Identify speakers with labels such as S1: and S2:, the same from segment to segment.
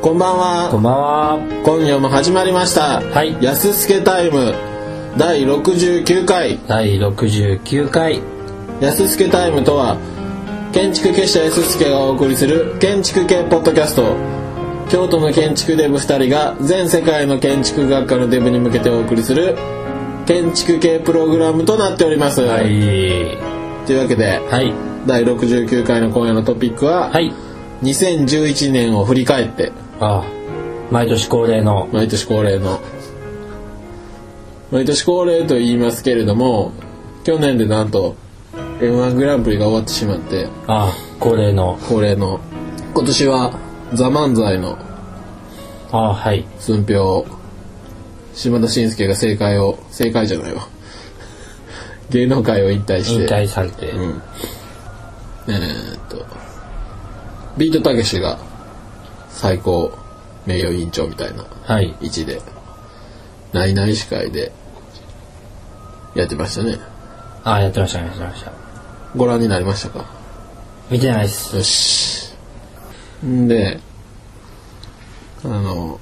S1: こんばん
S2: こん
S1: は。
S2: ばんは。
S1: 今夜も始まりました。
S2: はい
S1: やすすけタイム第69回。
S2: 第69回。
S1: やすすけタイムとは、建築結社やすすけがお送りする建築系ポッドキャスト。京都の建築デブ2人が全世界の建築学科のデブに向けてお送りする建築系プログラムとなっております。
S2: はい。
S1: というわけで、
S2: はい。
S1: 第69回の今夜のトピックは、
S2: はい。
S1: 2011年を振り返って。
S2: ああ毎年恒例の。
S1: 毎年恒例の毎年恒例と言いますけれども去年でなんと m 1グランプリが終わってしまって
S2: ああ恒例の。
S1: 恒例の今年は「ザ漫才の
S2: ああはい。
S1: 寸評島田紳介が正解を正解じゃないわ芸能界を引退し
S2: 引
S1: て
S2: 退されて。
S1: うんえーっとビートたけしが最高名誉委員長みたいな
S2: はい。
S1: 1で、ないない司会で、やってましたね。
S2: ああやってました、やってました。
S1: ご覧になりましたか
S2: 見てないっす。
S1: よし。んで、あの、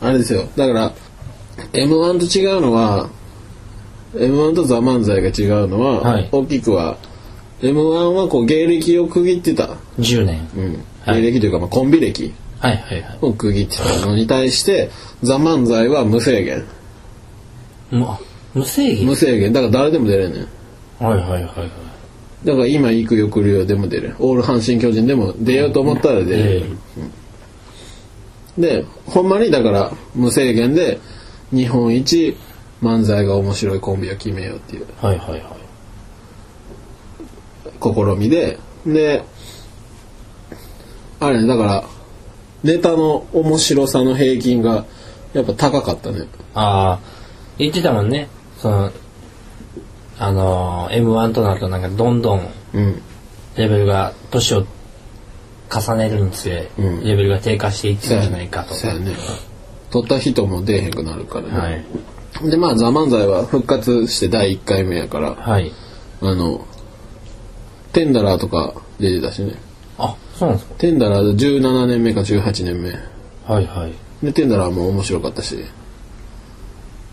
S1: あれですよ。だから、M1 と違うのは、M1 とザ・漫才が違うのは、
S2: はい
S1: 大きくは、M1 はこう芸歴を区切ってた。
S2: 10年。
S1: うん
S2: はい
S1: 芸歴というか、まあ、コンビ歴
S2: はいはいは
S1: を区切ってたのに対して、ザ・漫才は無制限。
S2: い。もう、無制限
S1: 無制限だから誰でも出れんねん
S2: はいはいはいはい。
S1: だから今行く抑留でも出るオール阪神・巨人でも出ようと思ったら出
S2: え
S1: る、でほんまにだから無制限で日本一漫才が面白いコンビを決めようっていう
S2: えはいはいはい。
S1: 試みでであれねだからネタの面白さの平均がやっぱ高かったね
S2: ああ言ってたもんね。その、あのー、M1 となるとなんかどんどん
S1: うん
S2: レベルが年を重ねるにつれ、
S1: うん
S2: レベルが低下していってるんじゃないかと。
S1: そうやね取った人も出えへんくなるからね、
S2: はい。
S1: でまあ「ザ・漫才は復活して第1回目やから
S2: はい。
S1: あのテンダラーとか出てたしね
S2: あ、そうなんです
S1: テンダラー17年目か18年目
S2: かはいはい。
S1: でテンダラーも面白かったし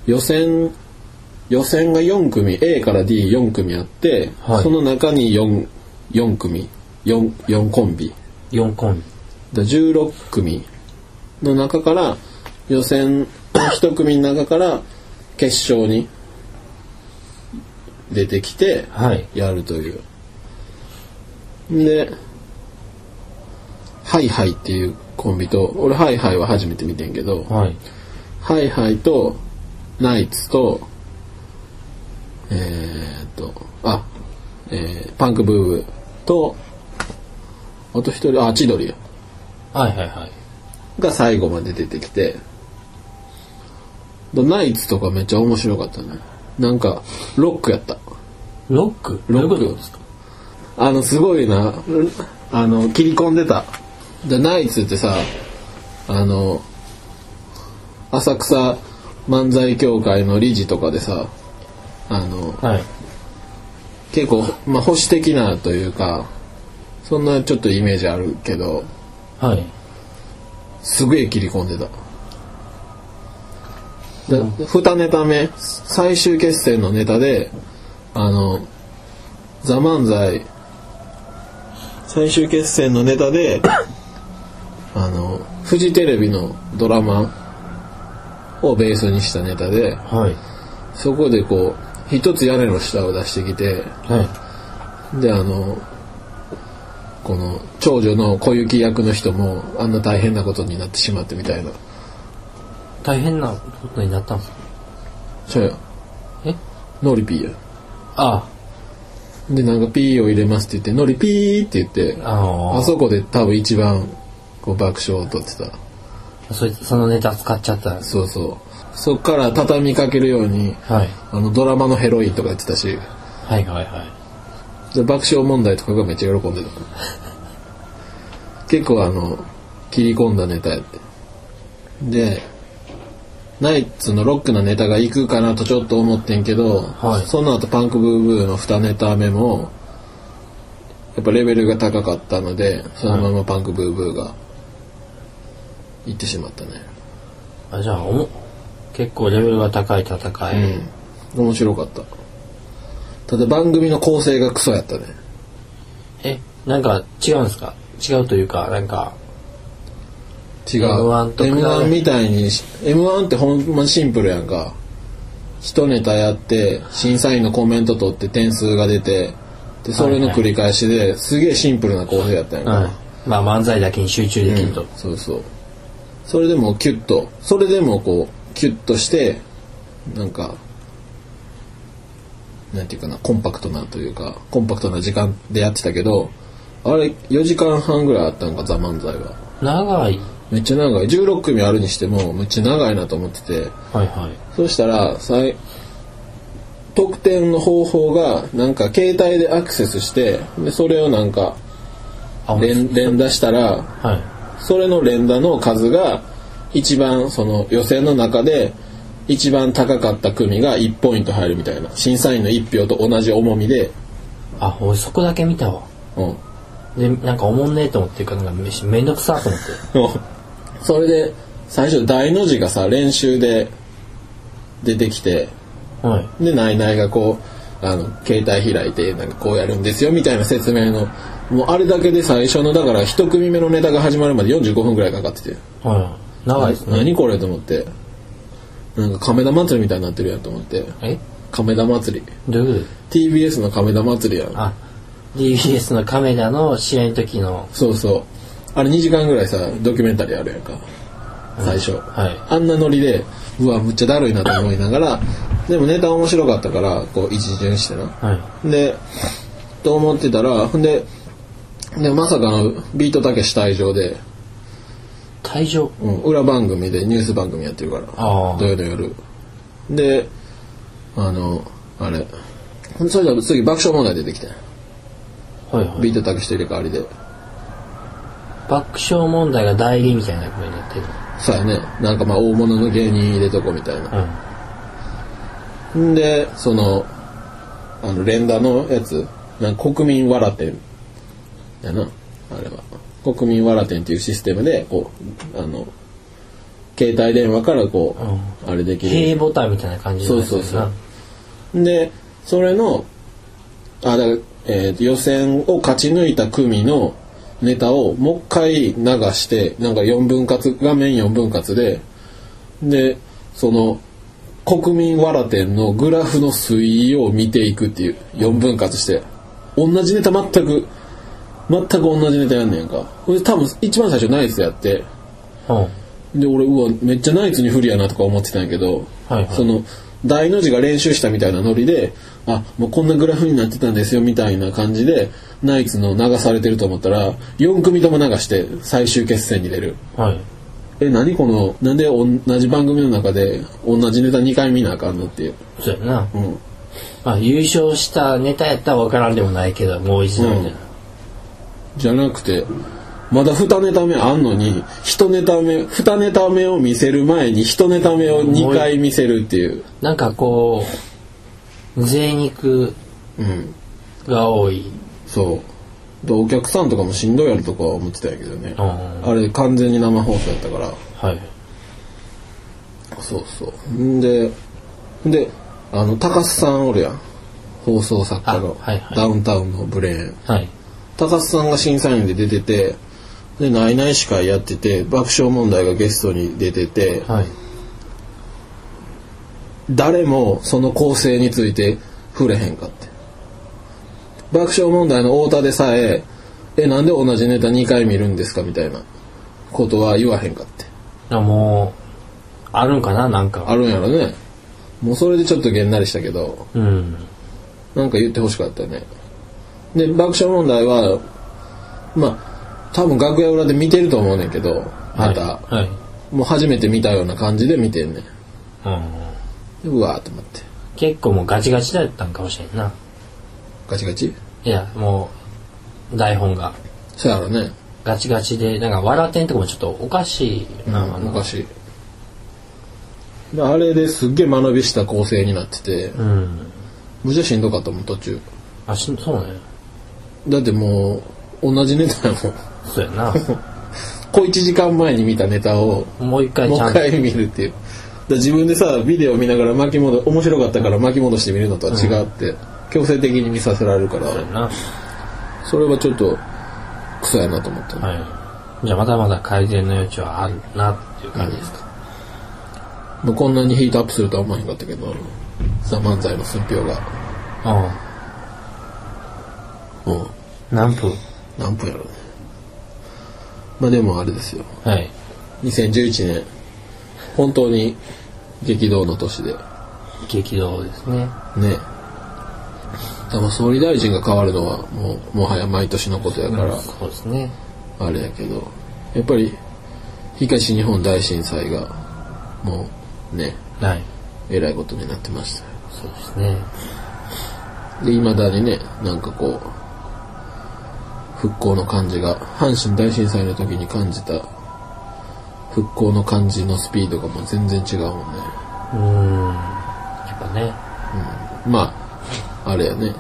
S1: 予選予選が4組 A から D4 組あって、
S2: はい
S1: その中に 4, 4組 4, 4コンビ
S2: 4コンビ。
S1: だ16組の中から予選の1組 の中から決勝に出てきて
S2: はい。
S1: やるというでハイハイっていうコンビと俺ハイハイは初めて見てんけど
S2: はい。
S1: ハイハイとナイツとえー、っとあえーパンクブーブーとあと一人あ千鳥や
S2: はいはいはい。
S1: が最後まで出てきてだナイツとかめっちゃ面白かったねなんかロックやった
S2: ロック
S1: ロック
S2: どういうことですか
S1: あのすごいなあの切り込んでただナイツってさあの浅草漫才協会の理事とかでさあの
S2: はい。
S1: 結構、まあ、保守的なというかそんなちょっとイメージあるけど
S2: はい。
S1: すげえ切り込んでた。で、2ネタ目、最終決戦のネタで、あの、ザ・漫才、最終決戦のネタで、あの、フジテレビのドラマをベースにしたネタで、
S2: はい。
S1: そこでこう、一つ屋根の下を出してきて、
S2: はい。
S1: であのこの長女の小雪役の人もあんな大変なことになってしまってみたいな
S2: 大変なことになったんですか
S1: そうや
S2: え
S1: ノリピーや
S2: あ
S1: でなんかピーを入れますって言ってノリピーって言って
S2: あ、あのー、
S1: あそこで多分一番こう爆笑を取ってた
S2: そいつそのネタ使っちゃったんです。
S1: そうそうそっから畳みかけるように
S2: はい。
S1: あのドラマのヘロインとか言ってたし
S2: はいはいはい。
S1: で爆笑問題とかがめっちゃ喜んでた結構あの切り込んだネタやってでナイツのロックなネタがいくかなとちょっと思ってんけど、
S2: はい
S1: その後パンクブーブーの2ネタ目もやっぱレベルが高かったのでそのままパンクブーブーが行ってしまったね
S2: あじゃあおも結構レベルが高い戦い、
S1: うん面白かったただ番組の構成がクソやったね
S2: えなんか違うんですか違うというかなんか
S1: 違う
S2: M1 と比べ
S1: M1 みたいに M1 ってほんまシンプルやんか一ネタやって審査員のコメント取って点数が出てでそれの繰り返しですげえシンプルな構成やったやん
S2: う
S1: か、
S2: んまあ漫才だけに集中できると、
S1: そうそうそれでもキュッとそれでもこうキュッとしてなんかなんていうかなコンパクトなというかコンパクトな時間でやってたけどあれ4時間半ぐらいあったのか「ザ漫才は
S2: 長い
S1: めっちゃ長い16組あるにしてもめっちゃ長いなと思ってて
S2: はいはい
S1: そしたら最得点の方法がなんか携帯でアクセスしてでそれをなんか
S2: あ
S1: 連連打したら
S2: はい
S1: それの連打の数が一番その予選の中で一番高かった組が1ポイント入るみたいな審査員の1票と同じ重みで、
S2: あ俺そこだけ見たわ
S1: うん、
S2: でなんかおもんねえと思ってるからなんかめしめんどくさと思って
S1: それで最初大の字がさ練習で出てきて
S2: はい
S1: でナイナイがこうあの携帯開いてなんかこうやるんですよみたいな説明のもうあれだけで最初のだから1組目のネタが始まるまで45分ぐらいかかってて。
S2: はい長いですね
S1: 何これと思ってなんか亀田祭りみたいになってるやんと思って
S2: え
S1: 亀田祭り
S2: どういうこと
S1: TBS の亀田祭りやん
S2: あ DBS のカメラの試合の時の
S1: そうそうあれ2時間ぐらいさドキュメンタリーあるやんか最初、
S2: はい
S1: あんなノリでうわむっちゃだるいなと思いながらでもネタ面白かったからこう一巡してな
S2: はい
S1: でと思ってたらほんででまさかのビートたけし退場で、
S2: 退場
S1: うん、裏番組でニュース番組やってるから
S2: あ
S1: 土曜の夜であのあれそれじゃあ次爆笑問題出てきて
S2: あはいはい
S1: ビートたけしと入れ替わりで
S2: 爆笑問題が代理みたいな声になってる
S1: そうやねなんかまあ大物の芸人入れとこみたいな
S2: うん
S1: んでそのあの連打のやつなんか国民笑点やなあれは国民笑点っていうシステムでこうあの携帯電話からこう、あれできる
S2: 平ボタンみたいな感じのやつ
S1: そうそう
S2: です
S1: そ
S2: な
S1: うでそれのあだ、えーと予選を勝ち抜いた組のネタをもう一回流してなんか4分割画面4分割ででその国民わらてんのグラフの推移を見ていくっていう4分割して同じネタ全く全く同じネタやんねやんかこれ多分一番最初ナイスやって
S2: うん
S1: で俺うわめっちゃナイツに不利やなとか思ってたんやけど、
S2: はいはい
S1: その大の字が練習したみたいなノリであもうこんなグラフになってたんですよみたいな感じでナイツの流されてると思ったら4組とも流して最終決戦に出る
S2: はい
S1: え何このなんで同じ番組の中で同じネタ2回見なあかんのっていう、
S2: そうやな
S1: うん、
S2: まあ優勝したネタやったら分からんでもないけどもう一度みたいな
S1: じゃなくてまだ2ネタ目あんのに1ネタ目2ネタ目を見せる前に1ネタ目を2回見せるっていう、
S2: なんかこう贅肉
S1: うん、
S2: が多い
S1: そうでお客さんとかもしんどいやろとか思ってたんやけどね
S2: うんは
S1: あれ完全に生放送やったから
S2: い
S1: そうそうんでんであの高須さんおるやん放送作家の、
S2: あはいはい
S1: ダウンタウンのブレーン
S2: はい
S1: 高須さんが審査員で出ててでないない司会やってて爆笑問題がゲストに出てて、
S2: はい
S1: 誰もその構成について触れへんかって爆笑問題の太田でさえ「えなんで同じネタ2回見るんですか?」みたいなことは言わへんかって
S2: あもうあるんかななん
S1: あ
S2: か
S1: るんやろねもうそれでちょっとげんなりしたけど
S2: うん
S1: なんか言ってほしかったねで爆笑問題はまあ多分楽屋裏で見てると思うねんけどまた、
S2: はいはい
S1: もう初めて見たような感じで見てんねん
S2: うん
S1: でうわーと思って
S2: 結構もうガチガチだったんかもしれんな
S1: ガチガチ
S2: いやもう台本が
S1: そやろね
S2: ガチガチでなんか笑ってんとこもちょっとおかしいな、あの
S1: 昔あれですっげえ間延びした構成になってて
S2: うん
S1: むちゃしんどかったもん途中
S2: あしそうね
S1: だってもう同じネタやもん
S2: そうやな
S1: 小1時間前に見たネタを
S2: もう一回
S1: もう
S2: ちゃん
S1: 一
S2: と。
S1: 回見るっていうだから自分でさビデオ見ながら巻き戻面白かったから巻き戻して見るのとは違って、強制的に見させられるから
S2: そうやな。
S1: それはちょっとクソやなと思った、
S2: はい。じゃあまだまだ改善の余地はあるなっていう感じですか。
S1: まあこんなにヒートアップするとは思わへんかったけど「ザ・漫才の寸評が
S2: うん。
S1: もう
S2: 何分
S1: 何分やろうねまあでもあれですよ
S2: はい。
S1: 2011年本当に激動の年で
S2: 激動ですね。
S1: ねでも総理大臣が変わるのはもうもはや毎年のことやから
S2: そうですね。
S1: あれやけどやっぱり東日本大震災がもうね
S2: はい。
S1: えらいことになってましたよ
S2: そうですね。
S1: で未だにねなんかこう復興の感じが阪神大震災の時に感じた復興の感じのスピードがもう全然違うもんね
S2: うーん。やっぱね。
S1: まああれやね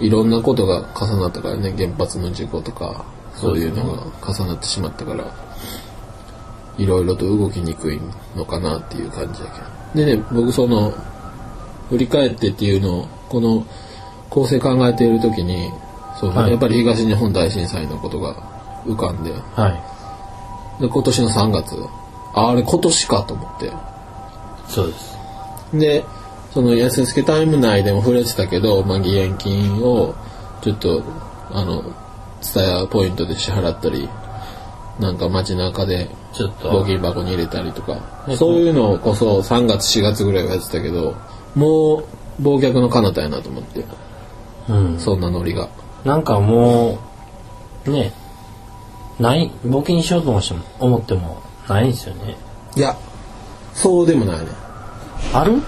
S1: いろんなことが重なったからね原発の事故とかそういうのが重なってしまったからいろいろと動きにくいのかなっていう感じだけどでね僕その振り返ってっていうのをこの構成考えている時にその、
S2: はい
S1: やっぱり東日本大震災のことが浮かんで
S2: は
S1: で今年の3月ああれ今年かと思って。
S2: い。そうです。
S1: でその安助タイム内でも触れてたけど、まあ、義援金をちょっとあの伝えポイントで支払ったりなんか街中で
S2: ちょっ
S1: 募
S2: と。
S1: 金箱に入れたりとか
S2: ね
S1: そういうのこそ3月4月ぐらいはやってたけどもう忘却の彼方やなと思って
S2: うん。
S1: そんなノリが
S2: なんかもう、ね、ない、募金しようと思っても思ってもないんですよね。
S1: いやそうでもないね
S2: ある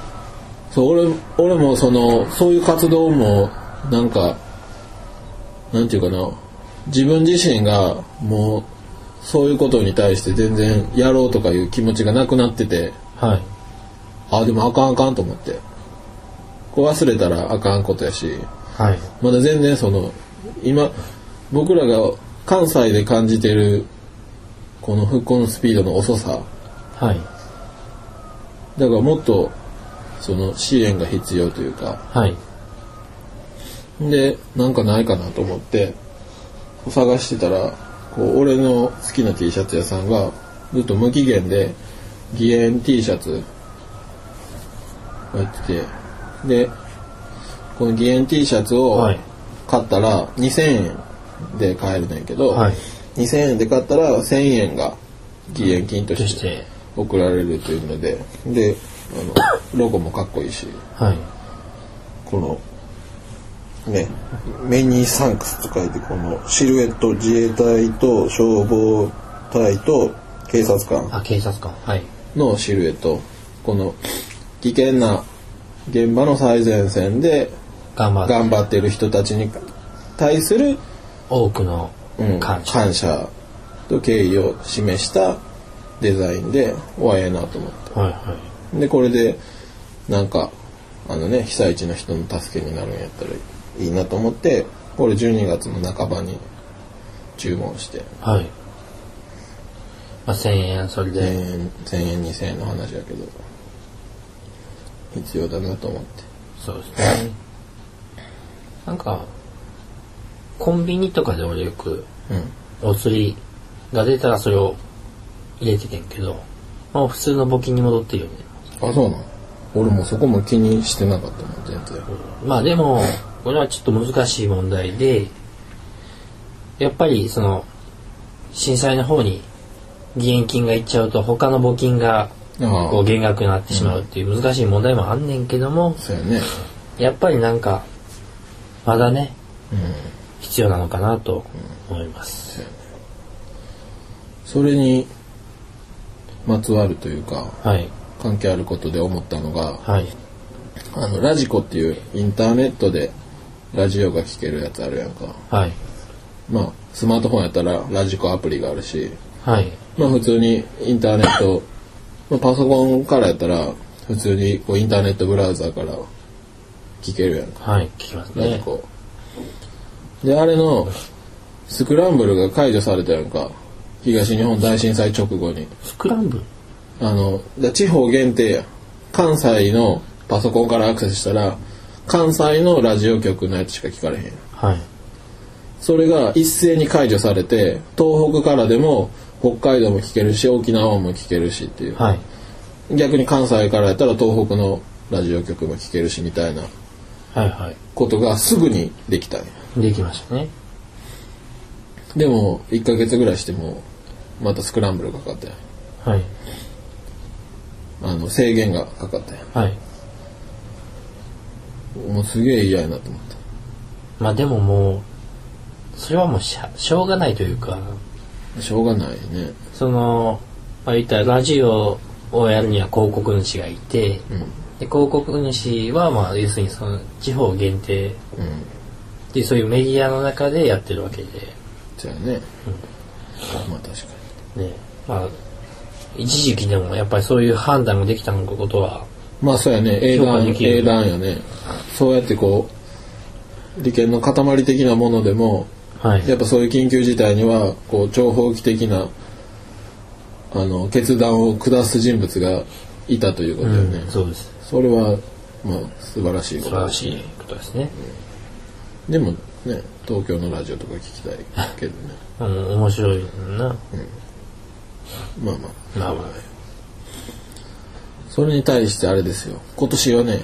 S1: そう俺俺もそのそういう活動もなんかなんていうかな自分自身がもうそういうことに対して全然やろうとかいう気持ちがなくなってて
S2: はい。
S1: あでもあかんあかんと思ってこう忘れたらあかんことやし
S2: はい。
S1: まだ全然その今僕らが関西で感じてるこの復興のスピードの遅さ
S2: はい。
S1: だからもっとその支援が必要というか
S2: はい。
S1: でなんかないかなと思って探してたらこう俺の好きな T シャツ屋さんがずっと無期限で義援 T シャツをやっててでこの義援 T シャツを
S2: はい。
S1: 買ったら2000円で買えるねんけど、
S2: はい。
S1: 2000円で買ったら1000円が義援金と
S2: そ
S1: し
S2: してて、
S1: 送られるというのでであのロゴもかっこいいし。
S2: はい。
S1: このねメニーサンクスと書いてこのシルエット自衛隊と消防隊と警察官
S2: あ、警察官。はい。
S1: のシルエットこの危険な現場の最前線で
S2: 頑張って、
S1: 頑張っている人たちに対する、
S2: 多くの
S1: うん、
S2: 感
S1: 感
S2: 謝。
S1: 謝と敬意を示したデザインでおわええなと思って。
S2: はいは
S1: でこれでなんかあのね被災地の人の助けになるんやったらいいなと思ってこれ12月の半ばに注文して
S2: い。はい。まあ、1000円、それ
S1: 1000
S2: で。
S1: 円1000円2000円の話やけど必要だなと思って
S2: そうですね。なんか、コンビニとかで俺よく、
S1: うん
S2: お釣りが出たらそれを入れててんけど、まあ普通の募金に戻ってるよね。
S1: あそうなの俺もそこも気にしてなかったもん全然
S2: まあでも、これはちょっと難しい問題で、やっぱりその、震災の方に義援金がいっちゃうと他の募金が
S1: ああ
S2: こう減額になってしまうっていう難しい問題もあんねんけども、
S1: そうやね
S2: やっぱりなんか、まだね、
S1: うん
S2: 必要なのかなと思います。
S1: それにまつわるというか
S2: はい。
S1: 関係あることで思ったのが
S2: はい。
S1: あのラジコっていうインターネットでラジオが聴けるやつあるやんか
S2: はい。
S1: まあスマートフォンやったらラジコアプリがあるし
S2: はい。
S1: まあ普通にインターネット、まあ、パソコンからやったら普通にこうインターネットブラウザーから聴けるやんか
S2: はい。聞きます
S1: ラジ
S2: ね。
S1: コ、であれのスクランブルが解除されたやんか東日本大震災直後に
S2: スクランブル
S1: あのだ地方限定や関西のパソコンからアクセスしたら関西のラジオ局のやつしか聞かれへん
S2: はい
S1: それが一斉に解除されて東北からでも北海道も聞けるし沖縄も聞けるしっていう、
S2: はい
S1: 逆に関西からやったら東北のラジオ局も聞けるしみたいな
S2: はいは
S1: ことがすぐにできたんや
S2: いできましたね
S1: でも1ヶ月ぐらいしてもうまたスクランブルかかって
S2: はい
S1: あの制限がかかって
S2: はい
S1: もうすげえ嫌やなと思った
S2: まあでももうそれはもうしゃしょうがないというか
S1: しょうがないね
S2: その、まあ、言ったらラジオをやるには広告主がいて、
S1: うん
S2: で広告主はまあ要するにその地方限定
S1: うん
S2: でそういうメディアの中でやってるわけで、
S1: じゃあね、まあ確か
S2: ねまあ、一時期でもやっぱりそういう判断ができたのことは
S1: にまあそうやね英
S2: 評価
S1: 断
S2: できる
S1: 英断よねそうやってこう利権の塊的なものでも
S2: はい
S1: やっぱそういう緊急事態にはこう長方期的なあの決断を下す人物がいたということ
S2: う
S1: よね、
S2: ん、そうです
S1: それはまあ素晴らしいこと
S2: 素晴
S1: だ
S2: らしいことですね、
S1: でもね東京のラジオとか聞きたいけど ね
S2: うん、面白いな、
S1: まあまあ
S2: まあま
S1: それに対してあれですよ今年はね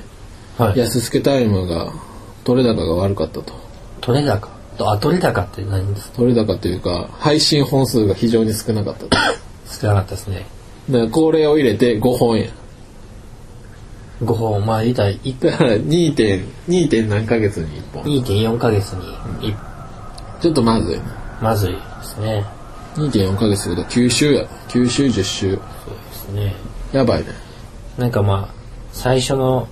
S2: あはい
S1: 安助タイムが取れ高が悪かったと
S2: 取れ高とあ取れ高って何ですか
S1: 取れ高というか配信本数が非常に少な かったとだか
S2: 少なかったですね
S1: らこれを入れて5本や
S2: 5本まあ言いたら1
S1: だから2点2点何ヶ月に1本
S2: 2.4ヶ月に一
S1: ちょっとまずい
S2: まずいですね
S1: 2.4ヶ月で9週や9週10週
S2: そうですね
S1: やばいね
S2: なんかまあ最初の、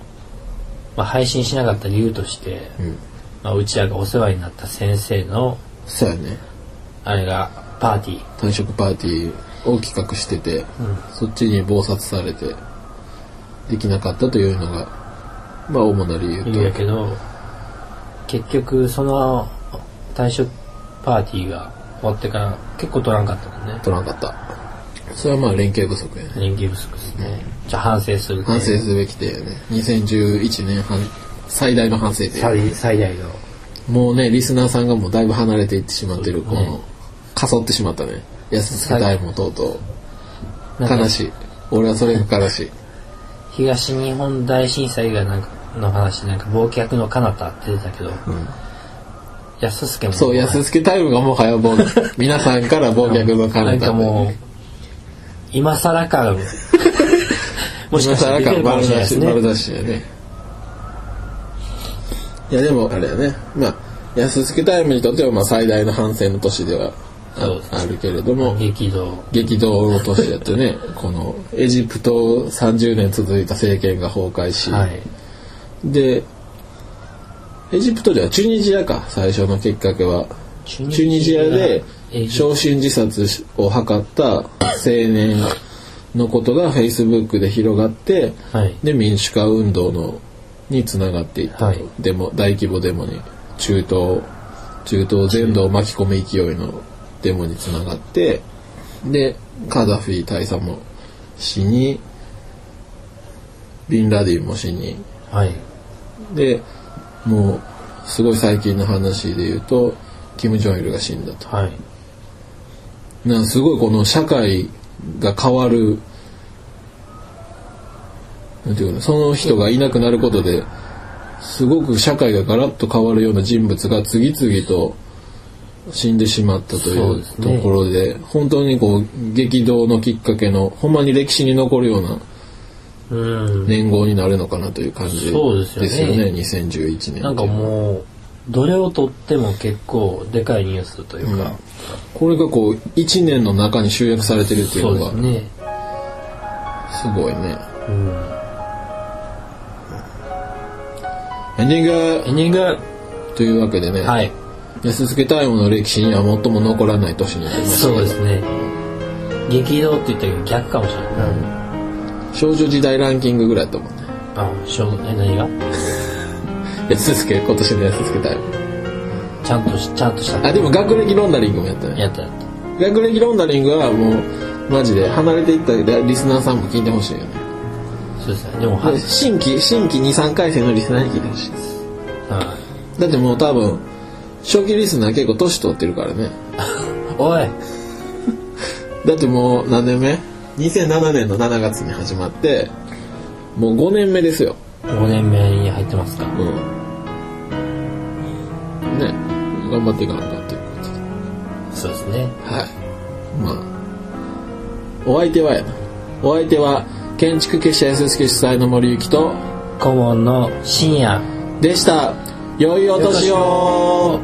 S2: まあ、配信しなかった理由として、
S1: うん
S2: まあ、うちらがお世話になった先生の
S1: そうやね
S2: あれがパーティー
S1: 退職パーティーを企画してて、そっちに忙殺されてできなかったというのがまあ主な理由と
S2: 言うんやけど結局その退職パーティーが終わってから結構取らんかったもんね
S1: 取らなかったそれはまあ連携不足やね
S2: 人気不足ですねじゃあ反省するね
S1: 反省すべき点やね2011年半最大の反省点
S2: 最最大の
S1: もうねリスナーさんがもうだいぶ離れていってしまってる
S2: そ
S1: こ
S2: うですね
S1: のかそってしまったね安助大もとうとう
S2: なんか
S1: 悲しい俺はそれが悲しい
S2: 東日本大震災がなんかの話なんか「忘却の彼方」って出たけど、安助も
S1: そう、安助タイムがもはや忘却。皆さんから忘却の彼方。
S2: なんかもう今 更かもしかしたら出てるかも
S1: 丸
S2: しれない
S1: 出
S2: で
S1: し、
S2: すね
S1: 丸出しやね。いや、でも、あれやね。まあ、安助タイムにとっては、まあ、最大の反省の年ではあ
S2: そうですね
S1: あるけれども、
S2: 激動
S1: 激動の年やってね、この、エジプト30年続いた政権が崩壊し、
S2: はい
S1: で、エジプトではチュニジアか、最初のきっかけは。
S2: チ
S1: チュニジアで
S2: エジ
S1: 焼身自殺を図った青年のことがフェイスブックで広がって
S2: はい
S1: で民主化運動のにつながっていったと、
S2: はい
S1: デモ大規模デモに中東中東全土を巻き込む勢いのデモにつながってでカダフィ大佐も死にビンラディンも死に
S2: はい
S1: でもうすごい最近の話で言うとキム・ジョンイルが死んだと
S2: はい
S1: なんかすごいこの社会が変わるなんていうかなその人がいなくなることですごく社会がガラッと変わるような人物が次々と死んでしまったと
S2: そう
S1: いう
S2: です
S1: と
S2: ね
S1: ころで本当にこう激動のきっかけのほんまに歴史に残るような
S2: うん、
S1: 年号になるのかなという感じ
S2: そうですよね
S1: ですよね2011年っていう
S2: なんかもうどれをとっても結構でかいニュースというか、
S1: これがこう1年の中に集約されてるってい
S2: そ
S1: う
S2: うで
S1: の
S2: す
S1: が
S2: ね
S1: すごいね
S2: うん
S1: エンディング
S2: エンディング
S1: というわけでね、
S2: はい
S1: 安助タイムの歴史には最も残らない年になりました
S2: そうですね激動って言ったけど逆かもしれない、
S1: 少女時代ランキングぐらいだと思うね
S2: あしょうえ何が
S1: 安助今年の安助タイム
S2: ちゃんとしちゃんとした
S1: あでも学歴ロンダリングもやったね
S2: やったやっ
S1: 略歴ロンダリングはもうマジで離れていったリスナーさんも聞いてほしいよね
S2: そうですね。でも、は
S1: で
S2: い。
S1: 新規新規23回生のリスナーに聞いてほしいですだってもう多分初期リスナー結構年取ってるからね
S2: おい
S1: だってもう何年目 ?2007 年の7月に始まってもう5年目ですよ
S2: !5 年目に入ってますか。
S1: うんね頑張っていかなあかんということで
S2: そうですね。
S1: はい。まあ、お相手はやな。お相手は、建築結社 SSK 主催の森幸と、
S2: 顧問の深夜。
S1: でした。良いお年を